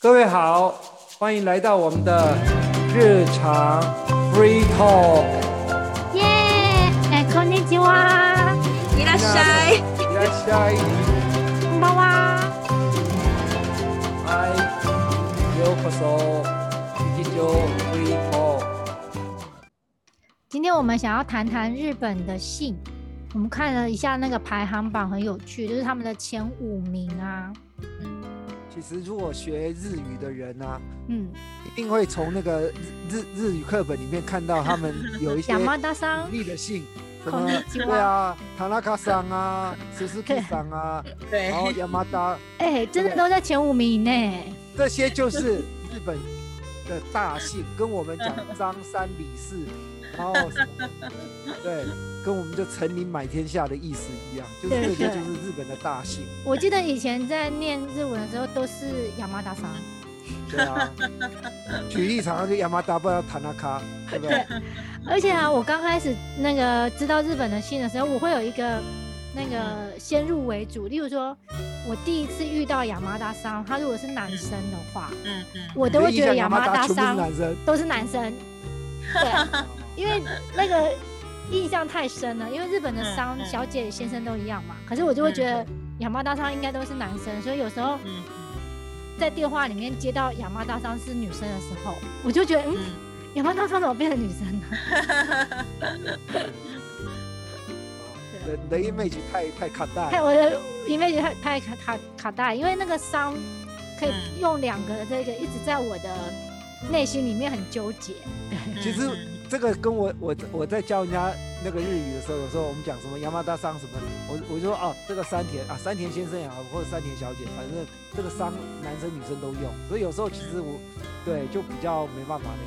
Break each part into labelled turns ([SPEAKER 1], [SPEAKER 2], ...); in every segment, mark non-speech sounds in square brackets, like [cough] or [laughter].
[SPEAKER 1] 各位好，欢迎来到我们的日常 free talk。
[SPEAKER 2] 耶，哎，こんにちは，
[SPEAKER 3] 伊拉塞，
[SPEAKER 1] いらっしゃい。
[SPEAKER 2] こんばんは。
[SPEAKER 1] 嗨，ようこそ。日常 free talk。
[SPEAKER 2] 今天我们想要谈谈日本的性。我们看了一下那个排行榜，很有趣，就是他们的前五名啊。
[SPEAKER 1] 其实如果学日语的人啊，
[SPEAKER 2] 嗯，
[SPEAKER 1] 一定会从那个日日日语课本里面看到他们有一些
[SPEAKER 2] [laughs] 亚麻大桑
[SPEAKER 1] 努，力的性，什
[SPEAKER 2] こん
[SPEAKER 1] 么
[SPEAKER 2] にちは
[SPEAKER 1] 对啊，唐纳卡桑啊，苏斯克桑啊，
[SPEAKER 3] 对
[SPEAKER 1] 然后亚麻达，
[SPEAKER 2] 哎、真的都在前五名以内。
[SPEAKER 1] 这些
[SPEAKER 2] [laughs]
[SPEAKER 1] 就是日本的大姓，跟我们讲张三李四，然
[SPEAKER 2] [laughs]
[SPEAKER 1] 后什么对，跟我们就成林买天下的意思一样，就是
[SPEAKER 2] 对
[SPEAKER 1] 这些
[SPEAKER 2] 对
[SPEAKER 1] 就是日本的大姓，
[SPEAKER 2] 我记得以前在念日文的时候都是亚麻大桑，
[SPEAKER 1] 对啊。举例常常
[SPEAKER 2] [laughs]
[SPEAKER 1] 就亚麻达，不然唐纳卡，对不对？
[SPEAKER 2] 而且啊，我刚开始那个知道日本的姓的时候，我会有一个那个先入为主，例如说，我第一次遇到亚麻大桑，他如果是男生的话，
[SPEAKER 3] 嗯嗯，
[SPEAKER 2] 我都会
[SPEAKER 1] 你的印
[SPEAKER 2] 觉
[SPEAKER 1] 象
[SPEAKER 2] 得亚麻达
[SPEAKER 1] 全部是
[SPEAKER 2] 桑
[SPEAKER 1] 男生。
[SPEAKER 2] 都是男生，对，
[SPEAKER 3] [laughs]
[SPEAKER 2] 因为那个印象太深了，因为日本的
[SPEAKER 3] 嗯
[SPEAKER 2] 桑
[SPEAKER 3] 嗯
[SPEAKER 2] 小姐先生都一样嘛，可是我就会觉得亚麻大桑应该都是男生，所以有时候
[SPEAKER 3] 嗯
[SPEAKER 2] 在电话里面接到亚麻大桑是女生的时候，我就觉得嗯，
[SPEAKER 3] 嗯，
[SPEAKER 2] 亚麻大桑怎么变成女生了？
[SPEAKER 3] [laughs]
[SPEAKER 1] 人的 image 太太卡
[SPEAKER 2] 太
[SPEAKER 1] 带，
[SPEAKER 2] 我的 image 太太卡卡卡带，因为那个伤可以
[SPEAKER 3] 嗯
[SPEAKER 2] 用两个这个一直在我的内心里面很纠结。
[SPEAKER 3] 嗯
[SPEAKER 1] 其实这个跟我我我在教人家那个日语的时候，有时候我们讲什么山大桑什么，我我就说哦，这个山田啊，山田先生也好，或者山田小姐，反正这个桑男生女生都用，所以有时候其实我对就比较没办法那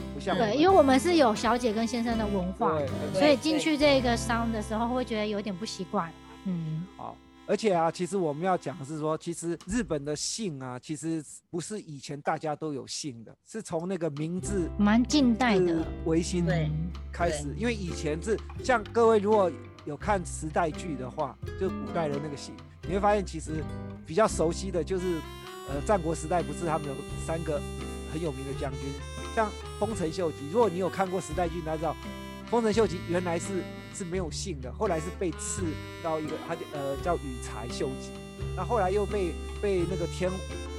[SPEAKER 1] 个，不像我
[SPEAKER 2] 对，
[SPEAKER 1] 们
[SPEAKER 2] 因为我们是有小姐跟先生的文化，
[SPEAKER 1] 对
[SPEAKER 2] 所以进去这个伤的时候会觉得有点不习惯。嗯，
[SPEAKER 1] 好。而且啊，其实我们要讲的是说，其实日本的姓啊，其实不是以前大家都有姓的，是从那个明治
[SPEAKER 2] 蛮近代的
[SPEAKER 1] 是。维新
[SPEAKER 3] 对
[SPEAKER 1] 开始，因为以前是像各位如果有看时代剧的话，就古代的那个戏，你会发现其实比较熟悉的就是，呃，战国时代不是他们有三个很有名的将军，像丰臣秀吉，如果你有看过时代剧，你知道丰臣秀吉原来是是没有姓的，后来是被赐到一个他就呃叫羽柴秀吉，那后来又被被那个天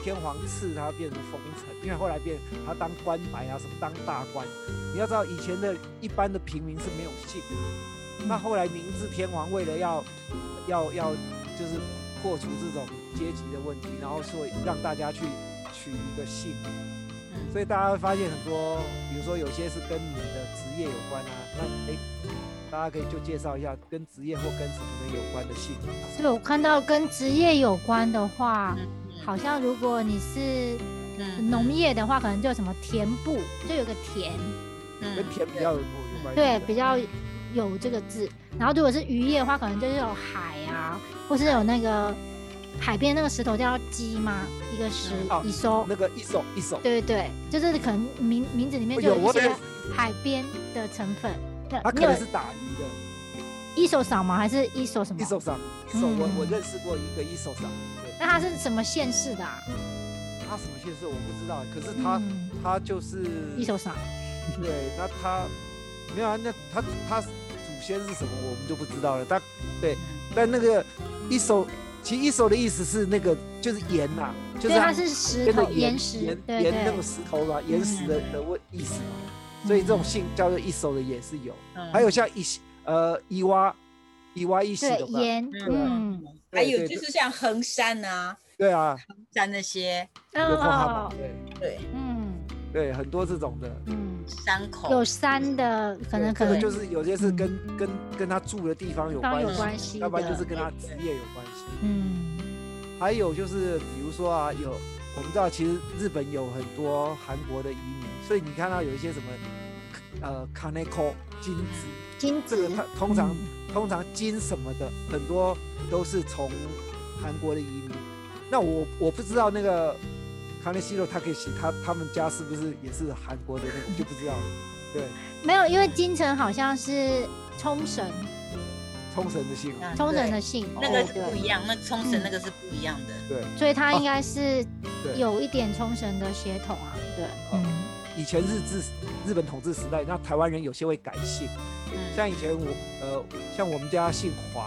[SPEAKER 1] 天皇赐他变成封臣，因为后来变他当官白啊什么当大官。你要知道以前的一般的平民是没有姓的，那后来明治天皇为了要要要就是破除这种阶级的问题，然后所以让大家去取一个姓，所以大家会发现很多，比如说有些是跟你的职业有关啊，那诶，大家可以就介绍一下跟职业或跟什么人有关的姓。
[SPEAKER 2] 对我看到跟职业有关的话，
[SPEAKER 3] 嗯，
[SPEAKER 2] 好像如果你是
[SPEAKER 3] 嗯
[SPEAKER 2] 农业的话，可能就有什么田部，就有个田。
[SPEAKER 3] 嗯
[SPEAKER 1] 跟田比较有有关系
[SPEAKER 2] 对
[SPEAKER 1] 的，
[SPEAKER 2] 比较有这个字。然后如果是渔业的话，可能就是有海啊，或是有那个海边那个石头叫鸡嘛，一个石、
[SPEAKER 3] 嗯
[SPEAKER 1] 哦
[SPEAKER 2] 一收。
[SPEAKER 1] 那个一手一手。
[SPEAKER 2] 对对对，就是可能名名字里面
[SPEAKER 1] 哦
[SPEAKER 2] 就
[SPEAKER 1] 有
[SPEAKER 2] 有一
[SPEAKER 1] 我
[SPEAKER 2] 些
[SPEAKER 1] 也，
[SPEAKER 2] 海边的成分。对
[SPEAKER 1] 他，
[SPEAKER 2] 你
[SPEAKER 1] 可
[SPEAKER 2] 有
[SPEAKER 1] 能是打鱼的，
[SPEAKER 2] 一手扫吗？还是一手什么
[SPEAKER 1] 一？手上一手，我
[SPEAKER 2] 嗯
[SPEAKER 1] 我认识过一个一手上，对，
[SPEAKER 2] 那它是什么县市的、啊？
[SPEAKER 1] 他什么县市我不知道，可是他、
[SPEAKER 2] 嗯
[SPEAKER 1] 他就是
[SPEAKER 2] 一手扫。
[SPEAKER 1] 对，那他没有啊，那他他祖先是什么我们就不知道了。但但那个一手，其实一手的意思是那个就是岩呐、就是
[SPEAKER 2] 对，它
[SPEAKER 1] 它
[SPEAKER 2] 是石
[SPEAKER 1] 跟着
[SPEAKER 2] 头岩石，
[SPEAKER 1] 岩
[SPEAKER 2] 对
[SPEAKER 1] 岩那
[SPEAKER 2] 对
[SPEAKER 1] 种，石头啊，岩石的
[SPEAKER 3] 嗯
[SPEAKER 1] 的问意思
[SPEAKER 2] 嗯
[SPEAKER 1] 嘛。所以这种姓叫做一手的也是有，还
[SPEAKER 3] 有
[SPEAKER 1] 有像一呃伊蛙伊蛙一喜
[SPEAKER 2] 对
[SPEAKER 1] 的话，
[SPEAKER 2] 岩，
[SPEAKER 3] 对
[SPEAKER 2] 嗯，
[SPEAKER 3] 还有
[SPEAKER 1] 对
[SPEAKER 3] 就
[SPEAKER 1] 对
[SPEAKER 3] 是像衡山啊，
[SPEAKER 1] 对啊，
[SPEAKER 3] 山那些
[SPEAKER 1] 有括号嘛，
[SPEAKER 2] 哦，
[SPEAKER 1] 对
[SPEAKER 3] 对
[SPEAKER 2] 嗯
[SPEAKER 1] 对，很多这种的。
[SPEAKER 2] 嗯，
[SPEAKER 3] 山口
[SPEAKER 2] 有山的可
[SPEAKER 1] 哦对
[SPEAKER 2] 能可
[SPEAKER 1] 这
[SPEAKER 2] 能
[SPEAKER 1] 个
[SPEAKER 2] 嗯
[SPEAKER 1] 就是有些是跟、跟跟他住的地方有
[SPEAKER 2] 地方
[SPEAKER 1] 关
[SPEAKER 2] 有
[SPEAKER 1] 系，
[SPEAKER 2] 关系
[SPEAKER 1] 要不然
[SPEAKER 2] 的
[SPEAKER 1] 就是跟他职业有关系。
[SPEAKER 2] 嗯
[SPEAKER 1] 还有就是，比如说啊，有我们知道，其实日本有很多韩国的移民，所以你看到有一些什么，呃，kaneko 金子，，
[SPEAKER 2] 金
[SPEAKER 1] 这
[SPEAKER 2] 子
[SPEAKER 1] 个它通常、
[SPEAKER 2] 嗯
[SPEAKER 1] 通常金什么的，很多都是从韩国的移民。那我我不知道那个 kaneshiro takeshi 他他们家是不是也是韩国的那个，就不知道了。对，
[SPEAKER 2] 没有，因为金城好像是冲绳，
[SPEAKER 1] 冲绳的姓啊，
[SPEAKER 3] 啊
[SPEAKER 2] 冲绳的
[SPEAKER 3] 对
[SPEAKER 2] 姓，
[SPEAKER 3] 那个是
[SPEAKER 4] 哦
[SPEAKER 3] 不
[SPEAKER 4] 对
[SPEAKER 3] 一样，那冲绳
[SPEAKER 2] 嗯
[SPEAKER 3] 那个是不一样的。
[SPEAKER 2] 所以他应该是
[SPEAKER 1] 对哦
[SPEAKER 2] 有一点冲绳的血统啊。
[SPEAKER 4] 对，
[SPEAKER 2] 嗯，
[SPEAKER 1] 以前日治日本统治时代，那台湾人有些会改姓，
[SPEAKER 3] 嗯
[SPEAKER 1] 像以前我呃，像我们家姓黄，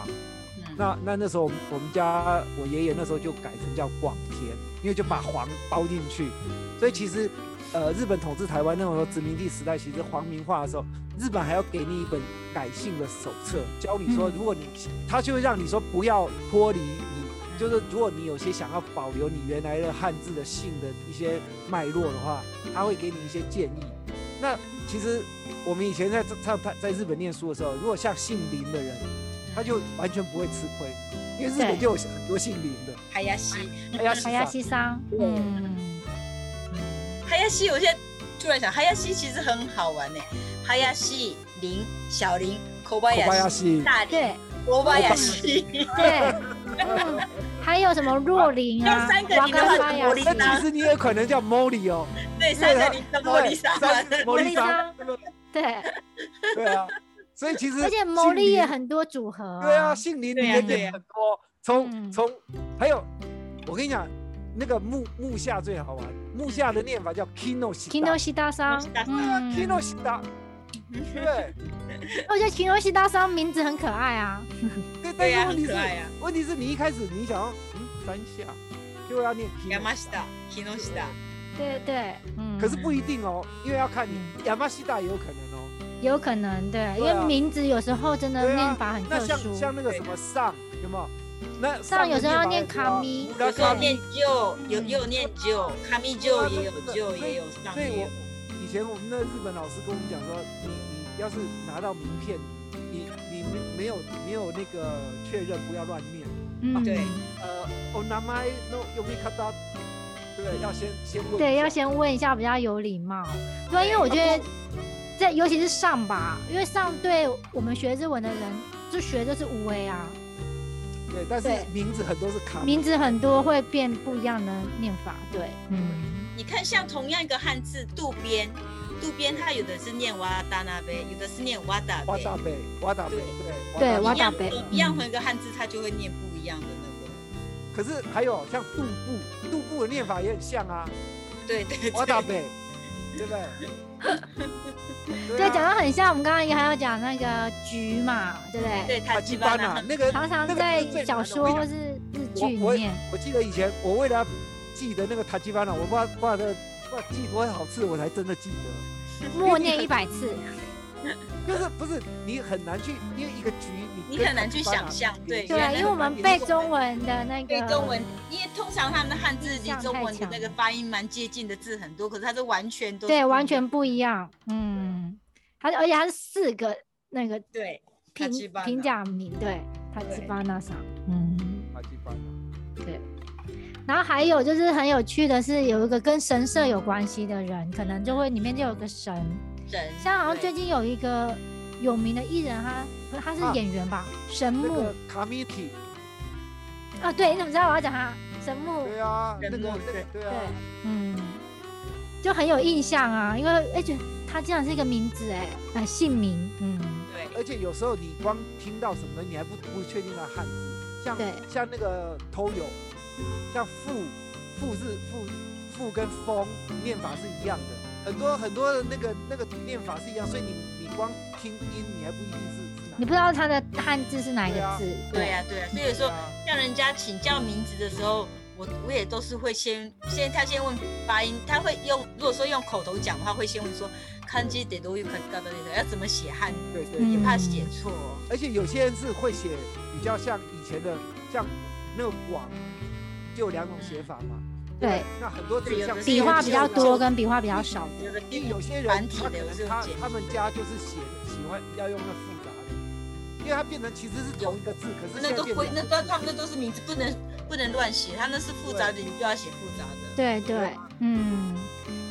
[SPEAKER 3] 嗯
[SPEAKER 1] 那那那时候我们我们家我爷爷那时候就改成叫广田，因为就把黄包进去，所以其实呃，日本统治台湾那时候殖民地时代，其实皇民化的时候，日本还要给你一本改姓的手册，教你说
[SPEAKER 2] 嗯
[SPEAKER 1] 如果你他就会让你说不要脱离你。就是如果你有些想要保留你原来的汉字的姓的一些脉络的话，他会给你一些建议。那其实我们以前在在在在日本念书的时候，如果像姓林的人，他就完全不会吃亏，因为日本
[SPEAKER 2] 对
[SPEAKER 1] 就有很多姓林的。
[SPEAKER 3] 海牙西，
[SPEAKER 1] 哎呀，
[SPEAKER 2] 海亚西桑，嗯，
[SPEAKER 3] 海牙西，我现在突然想，海牙西其实很好玩呢。海牙西林、小林、口巴
[SPEAKER 1] 小
[SPEAKER 3] 牙西、
[SPEAKER 1] 西，
[SPEAKER 3] 大林、
[SPEAKER 2] 对
[SPEAKER 3] 国巴牙西，
[SPEAKER 2] 对，嗯，还有什么若林啊
[SPEAKER 3] 那三，个
[SPEAKER 2] 瓦
[SPEAKER 3] 你的话
[SPEAKER 2] 冈巴
[SPEAKER 3] 我
[SPEAKER 2] 雅
[SPEAKER 3] 林
[SPEAKER 1] 那
[SPEAKER 3] 啊
[SPEAKER 1] 其实你也可能叫 Molly 哦，
[SPEAKER 3] [laughs] 对，
[SPEAKER 1] 因为
[SPEAKER 3] 三
[SPEAKER 1] 他
[SPEAKER 3] 个林的茉莉莎，
[SPEAKER 1] 对三茉莉莎，
[SPEAKER 2] 对，
[SPEAKER 1] 对啊，所以其实
[SPEAKER 2] 而且
[SPEAKER 1] 姓
[SPEAKER 2] 牟利也
[SPEAKER 1] 林
[SPEAKER 2] 很多组合，哦
[SPEAKER 1] 对啊，，姓林的
[SPEAKER 3] 对呀
[SPEAKER 1] 也
[SPEAKER 3] 对
[SPEAKER 1] 也
[SPEAKER 3] 呀
[SPEAKER 1] 很多，从
[SPEAKER 2] 嗯
[SPEAKER 1] 从还有，我跟你讲，那个木木下最好玩，木下的念法叫 Kino s h i
[SPEAKER 2] Kino 西大桑
[SPEAKER 3] Kinoshita，
[SPEAKER 2] 嗯
[SPEAKER 1] Kino s h i
[SPEAKER 3] [laughs]
[SPEAKER 1] 对
[SPEAKER 2] 我觉得 Kino 西大桑名字很可爱啊，
[SPEAKER 1] 对，但
[SPEAKER 3] 对呀，
[SPEAKER 1] 是问
[SPEAKER 3] 很
[SPEAKER 1] 题
[SPEAKER 3] 可
[SPEAKER 1] 是
[SPEAKER 3] 爱啊呀。
[SPEAKER 1] 问题是你一开始你想要嗯三下，就要念 Kino
[SPEAKER 3] 亚麻西
[SPEAKER 1] Shita
[SPEAKER 3] 达、西诺西达，
[SPEAKER 2] 对对，嗯，
[SPEAKER 1] 可是不一定哦，因为要看你亚麻西大也有可能哦。
[SPEAKER 2] 有可能对，因
[SPEAKER 1] 对啊
[SPEAKER 2] 为名字有时候真的
[SPEAKER 1] 对啊
[SPEAKER 2] 念法很
[SPEAKER 1] 那
[SPEAKER 2] 特
[SPEAKER 1] 像
[SPEAKER 2] 殊，
[SPEAKER 1] 像那个什么上有没有？那
[SPEAKER 2] 上有时候要念卡
[SPEAKER 1] 米，
[SPEAKER 2] 咪
[SPEAKER 3] 有时候
[SPEAKER 1] 上
[SPEAKER 3] 念旧，有也有念旧，卡米旧也有旧，也有上
[SPEAKER 1] 所以
[SPEAKER 3] 也
[SPEAKER 1] 我
[SPEAKER 3] 有。
[SPEAKER 1] 以前我们那日本老师跟我们讲说，你你要是拿到名片，你你没没有没有那个确认，不要乱念。
[SPEAKER 2] 嗯，
[SPEAKER 3] 对
[SPEAKER 1] 呃，我拿麦那有没有看到？对，要先先问一下。
[SPEAKER 2] 对，要先问一下比较有礼貌。对，因为我觉
[SPEAKER 1] 啊
[SPEAKER 2] 得在尤其是上吧，因为上对我们学日文的人，就学就是无为啊，
[SPEAKER 1] 对，但是
[SPEAKER 2] 对
[SPEAKER 1] 名字很多是卡
[SPEAKER 2] 名字很多会变不一样的念法。对，嗯，
[SPEAKER 3] 你看，像同样一个汉字“渡边”，渡边它有的是念哇达那呗，有的是念哇达
[SPEAKER 1] 哇
[SPEAKER 3] 呗，
[SPEAKER 1] 大北哇大北
[SPEAKER 3] 对
[SPEAKER 1] 对
[SPEAKER 2] 对
[SPEAKER 1] 大北
[SPEAKER 2] 哇
[SPEAKER 3] 一
[SPEAKER 2] 达
[SPEAKER 3] 样
[SPEAKER 2] 贝
[SPEAKER 3] 同一样同一个汉字，它就会念不一样的那
[SPEAKER 1] 可是还有像杜布，杜布的念法也很像啊，
[SPEAKER 3] 个。对对
[SPEAKER 1] 哇大
[SPEAKER 3] 对，
[SPEAKER 1] 北，对不对？
[SPEAKER 3] 啊
[SPEAKER 1] 啊
[SPEAKER 2] 对，啊讲到很像我们刚刚也还有讲那个菊嘛，对不对？
[SPEAKER 3] 对塔
[SPEAKER 1] 基
[SPEAKER 3] 基
[SPEAKER 1] 班
[SPEAKER 3] 班
[SPEAKER 1] 啊
[SPEAKER 3] 啊，，
[SPEAKER 1] 那个
[SPEAKER 2] 常常
[SPEAKER 1] 那个
[SPEAKER 2] 在
[SPEAKER 1] 是最
[SPEAKER 2] 小
[SPEAKER 1] 难的
[SPEAKER 2] 说
[SPEAKER 1] 我跟你
[SPEAKER 2] 或
[SPEAKER 1] 讲
[SPEAKER 2] 是日
[SPEAKER 1] 我
[SPEAKER 2] 剧里
[SPEAKER 1] 我
[SPEAKER 2] 面，
[SPEAKER 1] 我记得以前我为了记得那个塔基班了，啊我不知道不知道这不知道记多少次，我才真的记得。
[SPEAKER 2] 默念一百
[SPEAKER 3] [laughs]
[SPEAKER 2] 次。
[SPEAKER 1] 就是不是你很难去，因为一个局你
[SPEAKER 3] 你
[SPEAKER 1] 跟
[SPEAKER 3] 很难去
[SPEAKER 1] Tachibana
[SPEAKER 3] 想象对
[SPEAKER 2] 对
[SPEAKER 3] 原
[SPEAKER 2] 啊，
[SPEAKER 3] 来
[SPEAKER 2] 因为我们
[SPEAKER 1] 你是
[SPEAKER 2] 背
[SPEAKER 1] 中
[SPEAKER 2] 中文的那
[SPEAKER 3] 对
[SPEAKER 2] 个
[SPEAKER 3] 中文，因为通常他们的汉字离中文的那
[SPEAKER 2] 印象太
[SPEAKER 3] 个
[SPEAKER 2] 强
[SPEAKER 3] 发音蛮接近的字很多，可是它是完全都是
[SPEAKER 2] 对
[SPEAKER 3] 不一
[SPEAKER 2] 完
[SPEAKER 3] 样
[SPEAKER 2] 全不一样。嗯，它而且它是四个那个
[SPEAKER 3] 对。
[SPEAKER 2] 平平
[SPEAKER 3] 塔基班啊
[SPEAKER 2] 假名，对，塔
[SPEAKER 3] 对
[SPEAKER 2] 吉巴那桑，嗯，
[SPEAKER 1] 塔基班啊
[SPEAKER 2] 然后还有就是很有趣的是，有一个跟神社有关系的人，可能就会里面就有个神，
[SPEAKER 3] 人，
[SPEAKER 2] 像好像
[SPEAKER 3] 对
[SPEAKER 2] 最近有一个有名的艺人，他他是
[SPEAKER 1] 啊
[SPEAKER 2] 演员吧，神
[SPEAKER 1] 那
[SPEAKER 2] 木
[SPEAKER 1] 个卡米提，
[SPEAKER 2] 啊，对，你怎么知道我要讲他？神木，
[SPEAKER 1] 对啊，那
[SPEAKER 3] 人
[SPEAKER 1] 个那
[SPEAKER 3] 木
[SPEAKER 1] 个
[SPEAKER 3] 对
[SPEAKER 1] 对
[SPEAKER 2] 对
[SPEAKER 1] 啊，，
[SPEAKER 2] 嗯，就很有印象啊，因为而且他竟然是一个名字哎，呃，姓名，嗯，
[SPEAKER 3] 对
[SPEAKER 1] 而且有时候你光听到什么，你还不不确定那汉字，像
[SPEAKER 2] 对
[SPEAKER 1] 像那个偷友，像富富是富富跟风念法是一样的，很多很多的那个那个念法是一样，所以你你光听音你还不一定是是哪
[SPEAKER 2] 你不知道他的汉字是哪一
[SPEAKER 1] 对
[SPEAKER 2] 个
[SPEAKER 1] 啊
[SPEAKER 2] 字，
[SPEAKER 3] 对呀、对呀、所以有时
[SPEAKER 1] 对
[SPEAKER 3] 候
[SPEAKER 1] 啊
[SPEAKER 3] 像人家请教名字的时候，我我也都是会先先他先问发音，他会用如果说用口头讲的话，会先问说看这得多语看高的那要怎么写汉，
[SPEAKER 1] 对对
[SPEAKER 2] 嗯
[SPEAKER 3] 也怕写错哦。
[SPEAKER 1] 而且有些人是会写比较像以前的，像那个广，就有两种写法嘛。
[SPEAKER 2] 对
[SPEAKER 1] 不那很多字
[SPEAKER 3] 对有
[SPEAKER 1] 像
[SPEAKER 3] 的是
[SPEAKER 2] 笔画比较多
[SPEAKER 1] 跟
[SPEAKER 2] 跟笔画比较少的，
[SPEAKER 3] 有的
[SPEAKER 1] 因为有些人
[SPEAKER 3] 繁体
[SPEAKER 1] 他
[SPEAKER 3] 的，
[SPEAKER 1] 可
[SPEAKER 3] 有时
[SPEAKER 1] 能
[SPEAKER 3] 候
[SPEAKER 1] 他
[SPEAKER 3] 简体
[SPEAKER 1] 他们家就是写喜欢要用那复杂的，因为它变成其实是同一个字，可是
[SPEAKER 3] 那
[SPEAKER 1] 现在
[SPEAKER 3] 都
[SPEAKER 1] 变
[SPEAKER 3] 会
[SPEAKER 1] 成
[SPEAKER 3] 那都他们那都是名字，不能不能乱写，他那是复杂的，你就要写复杂的。
[SPEAKER 2] 对对，嗯，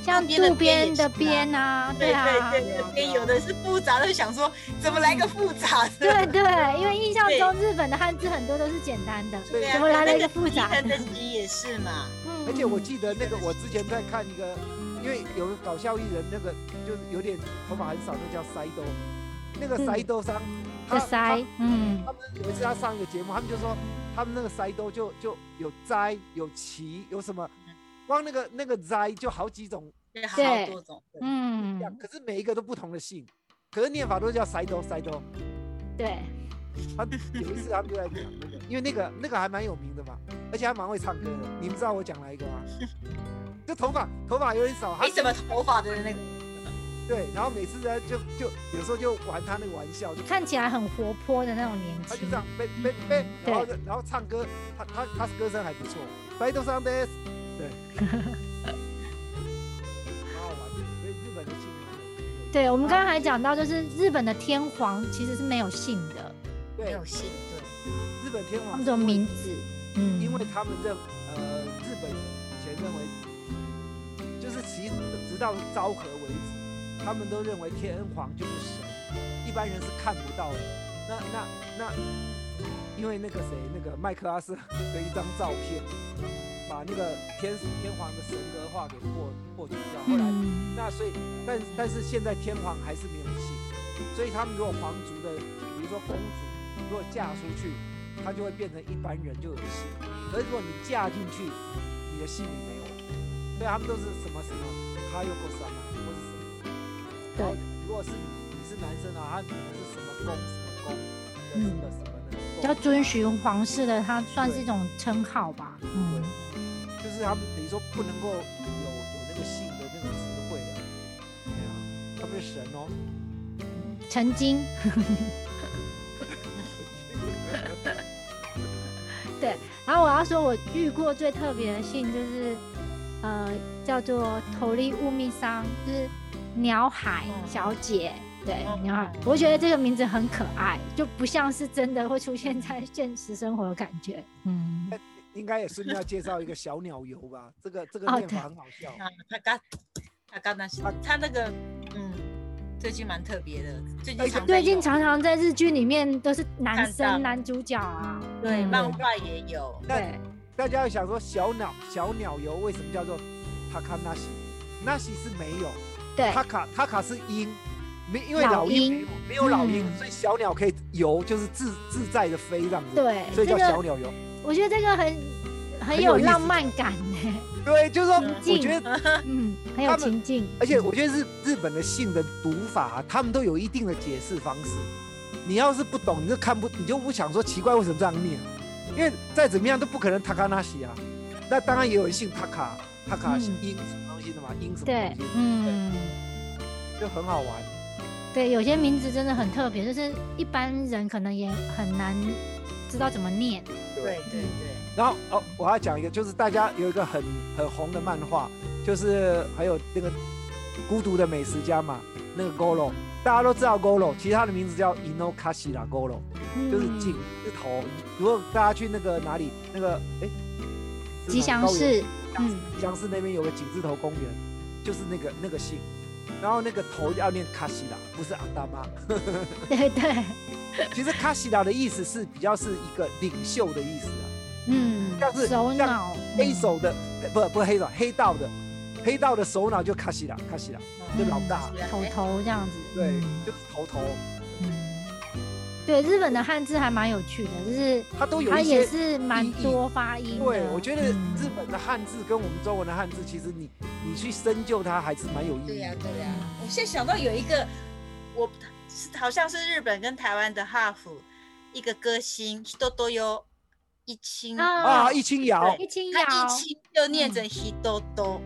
[SPEAKER 2] 像
[SPEAKER 3] 边的
[SPEAKER 2] 渡边的
[SPEAKER 3] 边也是啊
[SPEAKER 2] 边啊，对啊，
[SPEAKER 3] 对对对，有的是复杂的，想说怎么来个复杂的？
[SPEAKER 2] [laughs] 对对，因为印象
[SPEAKER 3] 对
[SPEAKER 2] 中日本的汉字很多都是简单的，
[SPEAKER 1] 对
[SPEAKER 3] 啊
[SPEAKER 2] 怎么来了
[SPEAKER 3] 那
[SPEAKER 2] 一个复杂
[SPEAKER 3] 吉
[SPEAKER 2] 的
[SPEAKER 3] 的？吉也是嘛，
[SPEAKER 2] [laughs] 嗯
[SPEAKER 1] 而且我
[SPEAKER 2] 嗯
[SPEAKER 1] 记得那个我之前在看一个，因为有个
[SPEAKER 3] 嗯
[SPEAKER 1] 搞笑艺人，那个就是有点头发很少，那叫塞兜，那个塞兜桑，
[SPEAKER 2] 个塞，嗯，
[SPEAKER 1] 他们有一次他上一个节目，他们就说他们那个塞兜就就有摘有旗有什么，光那个那个摘就好几种
[SPEAKER 3] 对，好多种，
[SPEAKER 2] 嗯
[SPEAKER 1] 样，，可是每一个都不同的姓，可是念法都叫塞兜塞兜。
[SPEAKER 2] 对，
[SPEAKER 1] 他有一次他们就在讲那个，因为那个那个还蛮有名的嘛，而且还蛮会唱歌的。你们知道我讲哪一个吗？ [laughs] 就头发头发有点少，他
[SPEAKER 3] 没什么头发的那个，
[SPEAKER 1] 对，然后每次呢就就有时候就玩他那个玩笑，就
[SPEAKER 2] 看起来很活泼的那种年
[SPEAKER 1] 他就
[SPEAKER 2] 轻
[SPEAKER 1] 这，样背背背，
[SPEAKER 2] 对
[SPEAKER 1] 然后然后唱歌，他他他歌声还不错，白头上的，
[SPEAKER 2] [laughs]
[SPEAKER 1] 对，蛮好玩的，所以日本的青年
[SPEAKER 2] 对我们刚刚还讲到，就是日本的天皇其实是没有姓的，
[SPEAKER 3] 没
[SPEAKER 1] 对
[SPEAKER 3] 有姓，对，
[SPEAKER 1] 日本天
[SPEAKER 2] 他
[SPEAKER 1] 皇是
[SPEAKER 2] 们只有
[SPEAKER 1] 因为
[SPEAKER 2] 名字，嗯，
[SPEAKER 1] 因为他们认呃日本以前认为，就是其实直到昭和为止，他们都认为天皇就是神，一般人是看不到的。那那那，因为那个谁，那个麦克阿瑟的一张照片，把那个天使天皇的神格化给破破除掉，后来
[SPEAKER 2] 嗯，
[SPEAKER 1] 那所以，但但是现在天皇还是没有姓，所以他们如果皇族的，比如说公主，如果嫁出去，她就会变成一般人就有姓，可是如果你嫁进去，你的姓没有，所以他们都是什么什么他又过三啊，或是什么，然后如果是你是男生啊，他可能是什么公什么公，什么什么的，
[SPEAKER 2] 要遵循皇室的，它算是一种称号吧，嗯，
[SPEAKER 1] 就是他们等于说不能够有有那个姓的那个词汇了，对啊，他们是神哦。
[SPEAKER 2] 曾
[SPEAKER 3] [laughs]
[SPEAKER 2] 经，对，然后我要说，我遇过最特别的姓就是，呃，叫做头利乌米桑，就是鸟海
[SPEAKER 3] 嗯
[SPEAKER 2] 小姐。对，鸟海，我觉得这个名字很可爱，就不像是真的会出现在现实生活的感觉。嗯，
[SPEAKER 1] 应该也顺便要介绍一个小鸟游吧， [laughs] 这个这个
[SPEAKER 2] 哦
[SPEAKER 1] 念
[SPEAKER 2] 对
[SPEAKER 1] 法很好笑。
[SPEAKER 3] 啊，他刚他刚那
[SPEAKER 1] 他
[SPEAKER 3] 他那个嗯，最近蛮特别的，最
[SPEAKER 1] 哎
[SPEAKER 3] 近常在
[SPEAKER 2] 最近
[SPEAKER 3] 用
[SPEAKER 2] 常常在日剧里面都是男
[SPEAKER 3] 看到
[SPEAKER 2] 生男主角啊。
[SPEAKER 3] 对
[SPEAKER 2] 嗯
[SPEAKER 3] 漫画也有，
[SPEAKER 2] 对，
[SPEAKER 1] 大家要想说小鸟小鸟游为什么叫做塔卡纳西？纳西是没有，
[SPEAKER 2] 对，
[SPEAKER 1] 塔卡塔卡是鹰，没因为
[SPEAKER 2] 老
[SPEAKER 1] 老鹰没
[SPEAKER 2] 鹰
[SPEAKER 1] 有没有老鹰，
[SPEAKER 2] 嗯
[SPEAKER 1] 所以小鸟可以游，就是自自在的飞这样子，
[SPEAKER 2] 对，
[SPEAKER 1] 所以叫
[SPEAKER 2] 这个
[SPEAKER 1] 小鸟游。
[SPEAKER 2] 我觉得这个很很
[SPEAKER 1] 很有
[SPEAKER 2] 有
[SPEAKER 1] 意思
[SPEAKER 2] 浪漫感呢，
[SPEAKER 1] [laughs] 对，就是说
[SPEAKER 3] 嗯，
[SPEAKER 1] 我觉得，
[SPEAKER 2] 嗯，很有
[SPEAKER 1] 他们
[SPEAKER 2] 情境，
[SPEAKER 1] 而且我觉得日日本的姓的读法，他们都有一定的解释方式。你要是不懂，你就看不，你就不想说奇怪为什么这样念，因为再怎么样都不可能塔卡纳西啊。那当然也有人姓塔卡，塔卡是
[SPEAKER 2] 嗯
[SPEAKER 1] 音什么东西的嘛，音什么
[SPEAKER 2] 对
[SPEAKER 1] 东西，，
[SPEAKER 2] 嗯，
[SPEAKER 1] 就很好玩。
[SPEAKER 2] 对，有些名字真的很特别，就是一般人可能也很难知道怎么念，
[SPEAKER 3] 对对
[SPEAKER 1] 然后哦，我要讲一个，就是大家有一个很很红的漫画，就是还有那个孤独的美食家嘛，那个 Goro，大家都知道 Goro，其实他的名字叫 Inokashira Goro。就是
[SPEAKER 2] 嗯
[SPEAKER 1] 颈是头。如果大家去那个哪里，那个哎，是
[SPEAKER 2] 吉
[SPEAKER 1] 哪
[SPEAKER 2] 祥
[SPEAKER 1] 高原
[SPEAKER 2] 寺，
[SPEAKER 1] 嗯
[SPEAKER 2] 嗯，
[SPEAKER 1] 吉祥寺那边有个井字头公园，就是那个那个姓，然后那个头要念卡西拉，不是阿达妈。
[SPEAKER 2] 对对，
[SPEAKER 1] 其实卡西拉的意思是比较是一个领袖的意思啊，
[SPEAKER 2] 嗯
[SPEAKER 1] 像，是
[SPEAKER 2] 首
[SPEAKER 1] 像
[SPEAKER 2] 脑
[SPEAKER 1] 黑
[SPEAKER 2] 嗯
[SPEAKER 1] 手的不不黑手黑道的，黑道的首脑就卡西拉卡西拉，
[SPEAKER 3] 对
[SPEAKER 1] 就老大，
[SPEAKER 3] 嗯
[SPEAKER 2] 头头这样子，
[SPEAKER 1] 对
[SPEAKER 2] 嗯，
[SPEAKER 1] 就是头头，
[SPEAKER 2] 嗯对，日本的汉字还蛮有趣的，就是
[SPEAKER 1] 他都有
[SPEAKER 2] 它
[SPEAKER 1] 一些
[SPEAKER 2] 也是蛮多发音的，
[SPEAKER 1] 对，我觉得
[SPEAKER 2] 嗯
[SPEAKER 1] 日本的汉字跟我们中文的汉字，其实你你去深究它还是蛮有意义的。
[SPEAKER 3] 对呀对呀，我现在想到有一个，我是好像是日本跟台湾的哈佛一个歌星多多有一清
[SPEAKER 2] 啊
[SPEAKER 1] 啊，一清瑶，
[SPEAKER 2] 一清嗯瑶，
[SPEAKER 3] 他一清就念成 h i d o d o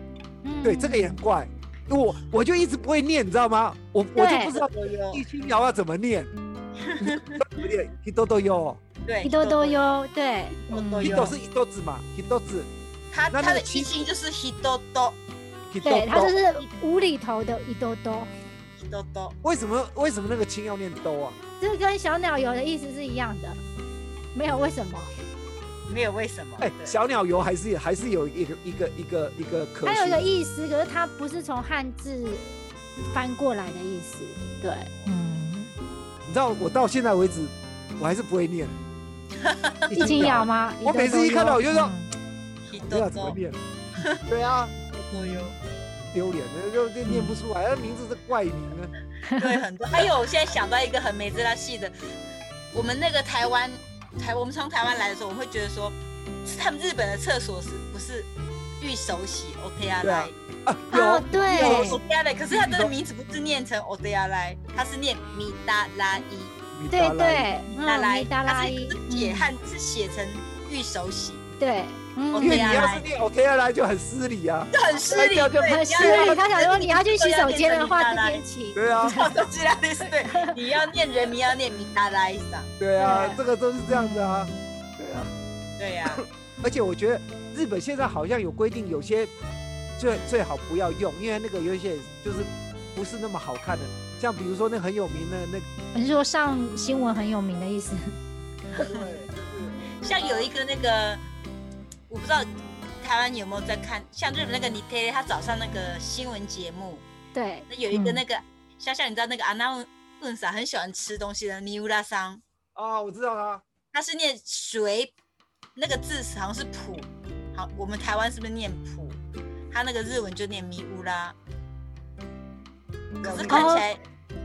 [SPEAKER 1] 对，这个也很怪，我我就一直不会念，你知道吗？我我就
[SPEAKER 2] 对
[SPEAKER 1] 不知道一清瑶要怎么念，怎么念？一豆豆哟，
[SPEAKER 3] 对，
[SPEAKER 2] 一多多，哟，对，嗯
[SPEAKER 3] 多多
[SPEAKER 1] 一
[SPEAKER 3] 哟
[SPEAKER 1] 豆是一豆子嘛，一豆子，
[SPEAKER 3] 他
[SPEAKER 1] 那那
[SPEAKER 3] 他
[SPEAKER 1] 个
[SPEAKER 3] 的
[SPEAKER 1] 清
[SPEAKER 3] 一清就是 h i d o d o
[SPEAKER 1] 一豆
[SPEAKER 2] 对，它就
[SPEAKER 1] 豆。
[SPEAKER 2] 是无厘头的一兜兜，
[SPEAKER 3] h i d o d o
[SPEAKER 1] 为什么为什么那个清要念兜啊？
[SPEAKER 2] 这个跟小鸟游的意思是一样的，没有为什么。
[SPEAKER 3] 没有为什么，
[SPEAKER 1] 哎，
[SPEAKER 3] 对
[SPEAKER 1] 小鸟游还是还是有一个一个一个一个可
[SPEAKER 2] 它有一个
[SPEAKER 1] 惜。
[SPEAKER 2] 意思，可是它不是从汉字翻过来的意思。对，嗯，
[SPEAKER 1] 你知道我到现在为止，我还是不会念。
[SPEAKER 2] [laughs] 一清瑶？吗？
[SPEAKER 1] [laughs] 我每次一看到我就说
[SPEAKER 2] 嗯
[SPEAKER 3] h i
[SPEAKER 1] 不
[SPEAKER 3] d
[SPEAKER 1] 知
[SPEAKER 3] o
[SPEAKER 1] 道
[SPEAKER 3] d
[SPEAKER 1] 怎么
[SPEAKER 3] [laughs] o
[SPEAKER 1] 念。对啊，
[SPEAKER 3] 哟。
[SPEAKER 1] 丢脸的，就就念不出来，那名字是怪名呢。
[SPEAKER 3] 对，很多。还有，我现在想到一个很美滋拉系的，我们那个台湾台，我们从台湾来的时候，我会觉得说，是他们日本的厕所是不是御手洗 o t a
[SPEAKER 1] 对
[SPEAKER 3] i
[SPEAKER 1] 啊啊，
[SPEAKER 2] 哦
[SPEAKER 1] 有，
[SPEAKER 2] 对
[SPEAKER 1] 有
[SPEAKER 3] o t a i 可是它的名字不是念成 o t a i 它是念米达拉伊，
[SPEAKER 1] 米
[SPEAKER 2] 对
[SPEAKER 1] 达拉
[SPEAKER 2] 对，
[SPEAKER 3] 达
[SPEAKER 2] 嗯，
[SPEAKER 3] 拉
[SPEAKER 2] 米
[SPEAKER 3] 伊，
[SPEAKER 2] 达
[SPEAKER 3] 它
[SPEAKER 2] 拉
[SPEAKER 3] 是
[SPEAKER 2] 伊，嗯
[SPEAKER 3] 是写汉是写成御手洗，
[SPEAKER 2] 对，嗯
[SPEAKER 3] 我
[SPEAKER 1] 因为
[SPEAKER 3] 对
[SPEAKER 1] 你
[SPEAKER 3] 啊
[SPEAKER 1] 要是念 OK 来就很失礼啊，
[SPEAKER 3] 这很失礼，
[SPEAKER 1] 对
[SPEAKER 3] 对，
[SPEAKER 2] 很
[SPEAKER 3] 你要
[SPEAKER 2] 失礼。
[SPEAKER 3] 让
[SPEAKER 2] 他想说你要去洗手间的话，这
[SPEAKER 3] 人民达拉伊
[SPEAKER 2] 边请。
[SPEAKER 1] 对啊，
[SPEAKER 3] 哦手机拉的是对，你要念人名要念米达拉伊桑，
[SPEAKER 1] 对啊，
[SPEAKER 2] 对
[SPEAKER 1] 这个都是这样子啊，对啊，
[SPEAKER 3] 对呀、
[SPEAKER 1] 而且我觉得日本现在好像有规定，有些最最好不要用，因为那个有一些就是不是那么好看的，像比如说那很有名的那个，
[SPEAKER 2] 你是说上新闻很有名的意思？
[SPEAKER 3] 像有一个那个，我不知道台湾有没有在看，像日本那个你 i 他早上那个新闻节目，
[SPEAKER 2] 对，
[SPEAKER 3] 那有一个
[SPEAKER 2] 嗯
[SPEAKER 3] 那个，像像你知道那个阿娜问萨很喜欢吃东西的米乌拉桑，
[SPEAKER 1] 啊，我知道啊，
[SPEAKER 3] 他是念水，那个字好像是普，好，我们台湾是不是念普？他那个日文就念米乌拉，可是看起来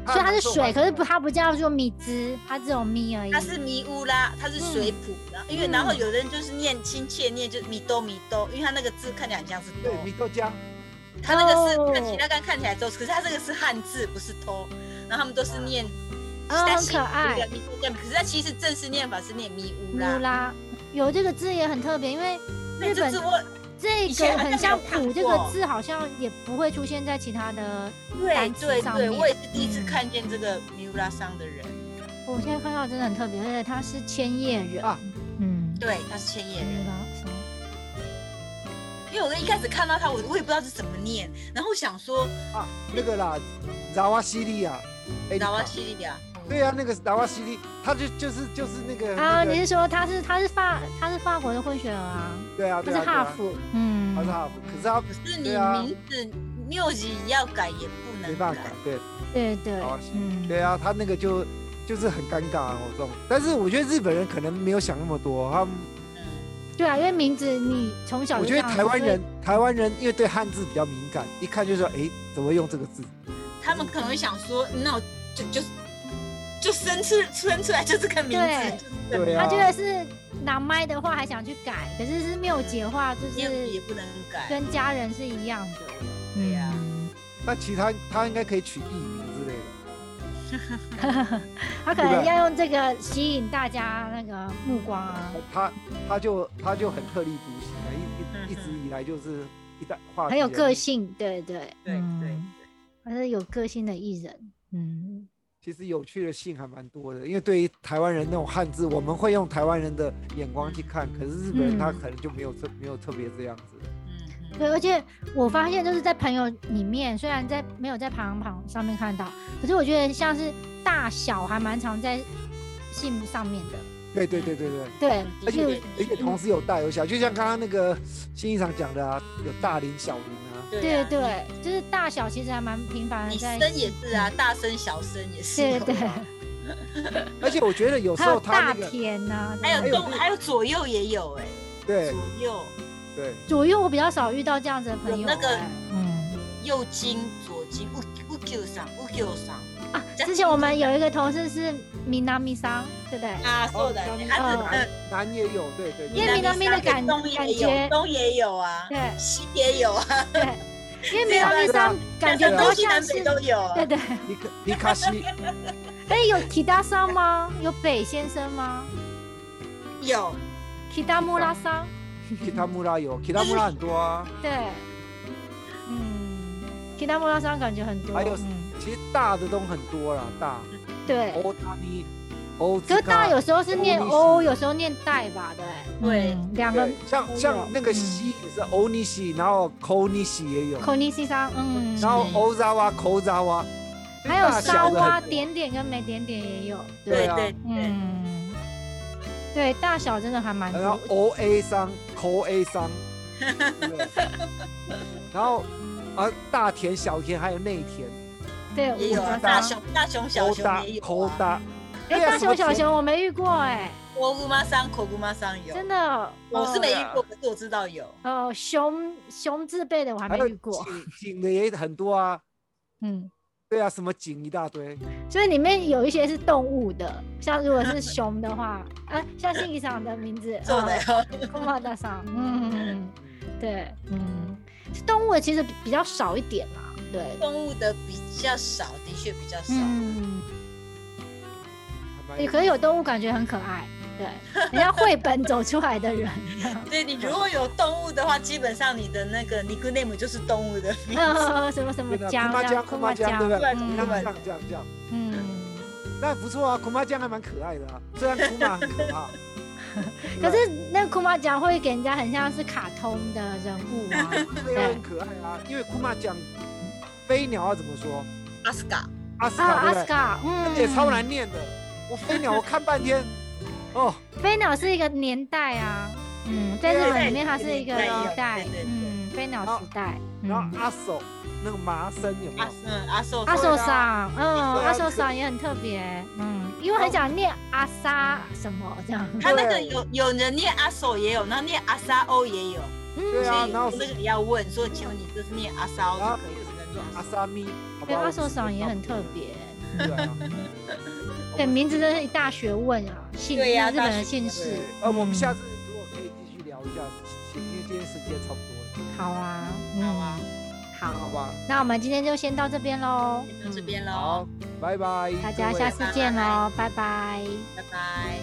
[SPEAKER 2] 所以它是水，可是不，
[SPEAKER 1] 啊
[SPEAKER 2] 它不叫做米汁，它只有米而已。
[SPEAKER 3] 它是迷乌拉，它是水谱，然后
[SPEAKER 2] 嗯
[SPEAKER 3] 因为然后有的人就是念亲切念就是米兜米兜，因为它那个字看起来很像是兜
[SPEAKER 1] 对，，米豆浆，
[SPEAKER 3] 它那个是
[SPEAKER 2] 哦
[SPEAKER 3] 看其他刚看起来都是，可是它这个是汉字不是偷，然后他们都是念，
[SPEAKER 2] 哦
[SPEAKER 3] 但
[SPEAKER 2] 很
[SPEAKER 3] 其
[SPEAKER 2] 可爱
[SPEAKER 3] 对米乌拉可是它其实正式念法是念迷乌
[SPEAKER 2] 乌
[SPEAKER 3] 拉，
[SPEAKER 2] 拉，有这个字也很特别，因为
[SPEAKER 3] 对，
[SPEAKER 2] 日
[SPEAKER 3] 这
[SPEAKER 2] 本
[SPEAKER 3] 字我
[SPEAKER 2] 这
[SPEAKER 3] 以
[SPEAKER 2] 个
[SPEAKER 3] 前
[SPEAKER 2] 很像“
[SPEAKER 3] 好像没
[SPEAKER 2] 普”
[SPEAKER 3] 有看过
[SPEAKER 2] 这个字，好像也不会出现在其他的。
[SPEAKER 3] 对
[SPEAKER 2] 单词
[SPEAKER 3] 对
[SPEAKER 2] 上
[SPEAKER 3] 对，
[SPEAKER 2] 面
[SPEAKER 3] 我也是第一次
[SPEAKER 2] 嗯
[SPEAKER 3] 看见这个米乌拉桑的人，
[SPEAKER 2] 我现在看到真的很特别，而且它是千叶人
[SPEAKER 1] 啊，
[SPEAKER 2] 嗯，啊
[SPEAKER 3] 对，他是千叶人。
[SPEAKER 2] 乌拉什么
[SPEAKER 3] 因为我一开始看到他，我我也不知道是怎么念，然后我想说
[SPEAKER 1] 那个啦，扎瓦西利啊，哎
[SPEAKER 3] 达瓦西里亚，
[SPEAKER 1] 对啊，那个达瓦西利，他就就是就是那个
[SPEAKER 2] 啊，
[SPEAKER 1] 那个
[SPEAKER 2] 你是说他是他是法他是法国的混血儿啊？
[SPEAKER 1] 对啊，
[SPEAKER 2] 他
[SPEAKER 1] 对
[SPEAKER 2] 是
[SPEAKER 1] 啊，对
[SPEAKER 2] 哈
[SPEAKER 1] 啊
[SPEAKER 2] 佛，嗯
[SPEAKER 1] 他，是哈佛，可是他
[SPEAKER 3] 可是你
[SPEAKER 1] 对啊
[SPEAKER 3] 名字缪吉要改也不能
[SPEAKER 1] 没办法
[SPEAKER 3] 改，，
[SPEAKER 1] 对
[SPEAKER 2] 对对
[SPEAKER 1] 好，
[SPEAKER 2] 嗯，
[SPEAKER 1] 对啊，他那个就就是很尴尬哦，这种。但是我觉得日本人可能没有想那么多，他们
[SPEAKER 3] 嗯，
[SPEAKER 2] 对啊，因为名字你从小
[SPEAKER 1] 我
[SPEAKER 2] 就
[SPEAKER 1] 觉得
[SPEAKER 2] 这样子
[SPEAKER 1] 台湾
[SPEAKER 2] 所以
[SPEAKER 1] 人台湾人因为对汉字比较敏感，一看就说哎，诶怎么用这个字？
[SPEAKER 3] 他们可能会想说，那我就就就生出生出来就这个名
[SPEAKER 2] 对
[SPEAKER 3] 字，就是这个名
[SPEAKER 1] 对啊
[SPEAKER 2] 他觉得是拿麦的话还想去改，可是是缪姐话就
[SPEAKER 3] 字也也
[SPEAKER 2] 是
[SPEAKER 3] 不能改，
[SPEAKER 2] 跟家人是一样的，
[SPEAKER 3] 对呀
[SPEAKER 1] 那其他他应该可以取艺名之类的。
[SPEAKER 2] 他可
[SPEAKER 1] 对
[SPEAKER 2] 能
[SPEAKER 1] 吧
[SPEAKER 2] 要用这个吸引大家那个目光啊，
[SPEAKER 1] 他他就他就很特立独行啊，一一一直以来就是一代话啊
[SPEAKER 2] 很有个
[SPEAKER 1] 性。
[SPEAKER 2] 性，对对
[SPEAKER 3] 对对
[SPEAKER 2] 嗯，他是有个性的艺人，嗯，
[SPEAKER 1] 其实有趣的性还蛮多的，因为对于台湾人那种汉字，我们会用台湾人的眼光去看，可是日本人他
[SPEAKER 2] 嗯
[SPEAKER 1] 可能就没有特、没有特别这样子。
[SPEAKER 3] 嗯
[SPEAKER 2] 对，而且我发现就是在朋友里面，虽然在没有在排行榜上面看到，可是我觉得像是大小还蛮常在姓上面的，
[SPEAKER 1] 对对对对对，
[SPEAKER 3] 嗯
[SPEAKER 2] 对，
[SPEAKER 1] 而且
[SPEAKER 3] 啊
[SPEAKER 2] 例如
[SPEAKER 1] 而且同时有大有小，就像刚刚那个新一长讲的啊，有大龄小龄啊，
[SPEAKER 3] 对
[SPEAKER 2] 对
[SPEAKER 3] 啊
[SPEAKER 2] 对，就是大小其实还蛮频繁
[SPEAKER 3] 你
[SPEAKER 2] 的在，
[SPEAKER 3] 生也是
[SPEAKER 1] 嗯
[SPEAKER 3] 啊，，大生小生也是
[SPEAKER 2] 对
[SPEAKER 3] 有
[SPEAKER 2] 对，
[SPEAKER 3] 啊，
[SPEAKER 1] 而且我觉得有时
[SPEAKER 2] 还有
[SPEAKER 1] 候他
[SPEAKER 2] 大
[SPEAKER 1] 那个
[SPEAKER 2] 田啊呐、
[SPEAKER 3] 还
[SPEAKER 1] 还
[SPEAKER 3] 有
[SPEAKER 1] 有
[SPEAKER 3] 动
[SPEAKER 1] 这
[SPEAKER 3] 还有左右也有哎，
[SPEAKER 1] 对
[SPEAKER 3] 左右
[SPEAKER 1] 对
[SPEAKER 2] 左右我比较少遇到这样子的朋
[SPEAKER 3] 有
[SPEAKER 2] 友、
[SPEAKER 3] 那个
[SPEAKER 2] 哎嗯
[SPEAKER 3] 右金左金乌乌 Q 上乌 Q 上
[SPEAKER 2] 啊，之前我们有一个同事是米南米桑，对
[SPEAKER 3] [laughs]
[SPEAKER 2] 不对？
[SPEAKER 1] 哦
[SPEAKER 3] 啊，そうだ
[SPEAKER 1] 南
[SPEAKER 3] ね，啊
[SPEAKER 2] 嗯
[SPEAKER 3] 这嗯。
[SPEAKER 1] 男也有，对对
[SPEAKER 2] 因为
[SPEAKER 1] 对，
[SPEAKER 2] 闽南闽的感
[SPEAKER 3] 东
[SPEAKER 2] 感
[SPEAKER 3] 也
[SPEAKER 2] 觉
[SPEAKER 3] 有，东也有啊，
[SPEAKER 2] 对
[SPEAKER 3] 西也有啊，
[SPEAKER 2] 对，因为米
[SPEAKER 3] 对啊
[SPEAKER 2] 南米
[SPEAKER 1] 对啊
[SPEAKER 2] 桑感觉
[SPEAKER 1] 对
[SPEAKER 2] 比
[SPEAKER 1] 啊
[SPEAKER 2] 较
[SPEAKER 3] [laughs] 东西
[SPEAKER 2] 像
[SPEAKER 3] 南
[SPEAKER 2] 是
[SPEAKER 3] 北，都有啊。
[SPEAKER 2] 对对。
[SPEAKER 1] 皮卡皮卡西，
[SPEAKER 2] 哎，有 Kita 桑吗？有北先生吗
[SPEAKER 3] 有，
[SPEAKER 2] ？Kita 穆拉桑，
[SPEAKER 1] 皮塔穆拉有，皮塔穆拉很多啊。
[SPEAKER 2] 对，嗯，Kita 穆拉桑感觉很多，
[SPEAKER 1] 还有
[SPEAKER 2] 嗯
[SPEAKER 1] 其实大的都很多啦，大
[SPEAKER 2] 对。
[SPEAKER 1] 欧达尼欧兹
[SPEAKER 2] 可是大
[SPEAKER 1] 卡
[SPEAKER 2] 有时候是念
[SPEAKER 1] 欧尼西
[SPEAKER 2] 欧，有时候念代吧，对不
[SPEAKER 3] 对
[SPEAKER 2] 嗯两个
[SPEAKER 1] 对，像像那
[SPEAKER 2] 嗯
[SPEAKER 1] 个西也是欧尼西，然后口尼西也有，
[SPEAKER 2] 口尼西桑，嗯，
[SPEAKER 1] 然后欧扎哇、口扎哇，
[SPEAKER 2] 还有沙
[SPEAKER 1] 蛙
[SPEAKER 2] 蛙点点跟没点点也有，
[SPEAKER 1] 对
[SPEAKER 3] 对
[SPEAKER 1] 啊
[SPEAKER 3] 对对，
[SPEAKER 2] 嗯，对，大小真的还蛮
[SPEAKER 1] 然后
[SPEAKER 2] 多，
[SPEAKER 1] O A 商、口 A
[SPEAKER 3] [laughs]
[SPEAKER 1] 商，对不对然后啊大田、小田还有内田，
[SPEAKER 2] 对，
[SPEAKER 3] 也有啊，
[SPEAKER 2] 五
[SPEAKER 1] 大
[SPEAKER 3] 大
[SPEAKER 2] 熊，
[SPEAKER 3] 熊大熊小
[SPEAKER 1] 欧
[SPEAKER 3] 熊
[SPEAKER 1] 达
[SPEAKER 3] 也、有
[SPEAKER 1] 口
[SPEAKER 3] 啊，
[SPEAKER 1] 达，
[SPEAKER 2] 哎，
[SPEAKER 1] 对啊
[SPEAKER 2] 大
[SPEAKER 1] 什
[SPEAKER 2] 熊
[SPEAKER 1] 么
[SPEAKER 2] 小
[SPEAKER 1] 田
[SPEAKER 2] 熊我没遇过哎，
[SPEAKER 3] 国姑妈桑、口姑妈桑有，
[SPEAKER 2] 真的，
[SPEAKER 3] 我是
[SPEAKER 2] 哦
[SPEAKER 3] 没
[SPEAKER 1] 对
[SPEAKER 3] 遇
[SPEAKER 1] 啊
[SPEAKER 3] 过，可是我知道有。
[SPEAKER 2] 呃，熊熊字辈的我还
[SPEAKER 1] 还
[SPEAKER 2] 没
[SPEAKER 1] 有
[SPEAKER 2] 遇过，
[SPEAKER 1] 井井的也很多啊，
[SPEAKER 2] 嗯，
[SPEAKER 1] 对啊，什么井一大堆，
[SPEAKER 2] 所以里面有一些是动物的，像如果是熊的话，啊，像信赏的名字，
[SPEAKER 3] そうだよ。
[SPEAKER 2] 空花大赏，嗯，
[SPEAKER 1] 嗯，
[SPEAKER 2] 对，嗯，动物的其实比比较少一点啦，对，
[SPEAKER 3] 动物的比较少，的确比较少。
[SPEAKER 2] 嗯，
[SPEAKER 1] 还蛮
[SPEAKER 2] 也可以有动物感觉很可爱，对，人家绘本走出来的人，
[SPEAKER 3] 对你如果有动物的话，基本上你的那个 nickname 就是动物的名字。
[SPEAKER 2] 呃，什么什么
[SPEAKER 1] 对的，
[SPEAKER 2] 江
[SPEAKER 1] 库麻江，
[SPEAKER 2] 库
[SPEAKER 1] 库
[SPEAKER 2] 马
[SPEAKER 1] 麻江，对不对？
[SPEAKER 3] 嗯
[SPEAKER 1] 他们这样这样这样，
[SPEAKER 2] 嗯，
[SPEAKER 1] 那不错啊，库麻江还蛮可爱的啊，虽然库麻很可怕，
[SPEAKER 2] [laughs] 可是那库马江会给人家很像是卡通的人物啊，
[SPEAKER 1] [laughs] 对啊，很可爱啊，因为库麻江飞鸟要怎么说？
[SPEAKER 3] 阿斯卡，
[SPEAKER 1] 阿斯
[SPEAKER 2] 啊，
[SPEAKER 1] 卡对
[SPEAKER 2] 阿
[SPEAKER 1] 不
[SPEAKER 2] 斯
[SPEAKER 1] 对？
[SPEAKER 2] 卡，嗯，
[SPEAKER 1] 而且超难念的，我飞鸟我看半
[SPEAKER 2] [laughs]
[SPEAKER 1] 天，哦，
[SPEAKER 2] 飞鸟是一个年代啊，嗯，在日本里面它是一个
[SPEAKER 3] 对
[SPEAKER 2] 时代
[SPEAKER 3] 对对对，
[SPEAKER 2] 嗯，飞鸟时代，
[SPEAKER 1] 然后
[SPEAKER 2] 嗯，
[SPEAKER 1] 阿手那个麻生有没
[SPEAKER 3] 阿
[SPEAKER 1] 有
[SPEAKER 3] 斯？嗯阿寿，
[SPEAKER 2] 阿寿桑，嗯，
[SPEAKER 1] 对啊
[SPEAKER 2] 阿寿桑也很特别，嗯，因为很想念阿莎什么这样，嗯
[SPEAKER 3] 他那个
[SPEAKER 1] 对
[SPEAKER 3] 有有人念阿寿也有，然后念阿沙欧也有，
[SPEAKER 1] 对啊
[SPEAKER 2] 嗯，
[SPEAKER 3] 所以
[SPEAKER 1] 然后
[SPEAKER 3] 有那个要问说，请问你这是念阿沙欧就可以，不能念
[SPEAKER 1] 啊阿
[SPEAKER 3] 阿
[SPEAKER 1] 萨咪，好
[SPEAKER 2] 对，
[SPEAKER 1] 吧
[SPEAKER 2] 阿寿桑也很特，别，
[SPEAKER 1] 我对啊。
[SPEAKER 2] 对，名字真是一大学问啊，姓，
[SPEAKER 3] 对呀
[SPEAKER 2] 日本的姓氏
[SPEAKER 1] 对，，呃，我们
[SPEAKER 2] 嗯
[SPEAKER 1] 下次如果可以继续聊一下，因为今天时间差不多了，
[SPEAKER 2] 好啊，
[SPEAKER 3] 好啊，
[SPEAKER 2] 好，
[SPEAKER 1] 嗯好啊吧？
[SPEAKER 2] 那我们今天就先到这边喽，
[SPEAKER 3] 先到这边喽
[SPEAKER 1] 嗯好，，拜拜，
[SPEAKER 2] 大家
[SPEAKER 1] 各位
[SPEAKER 2] 下次见喽，拜拜。
[SPEAKER 3] 拜拜。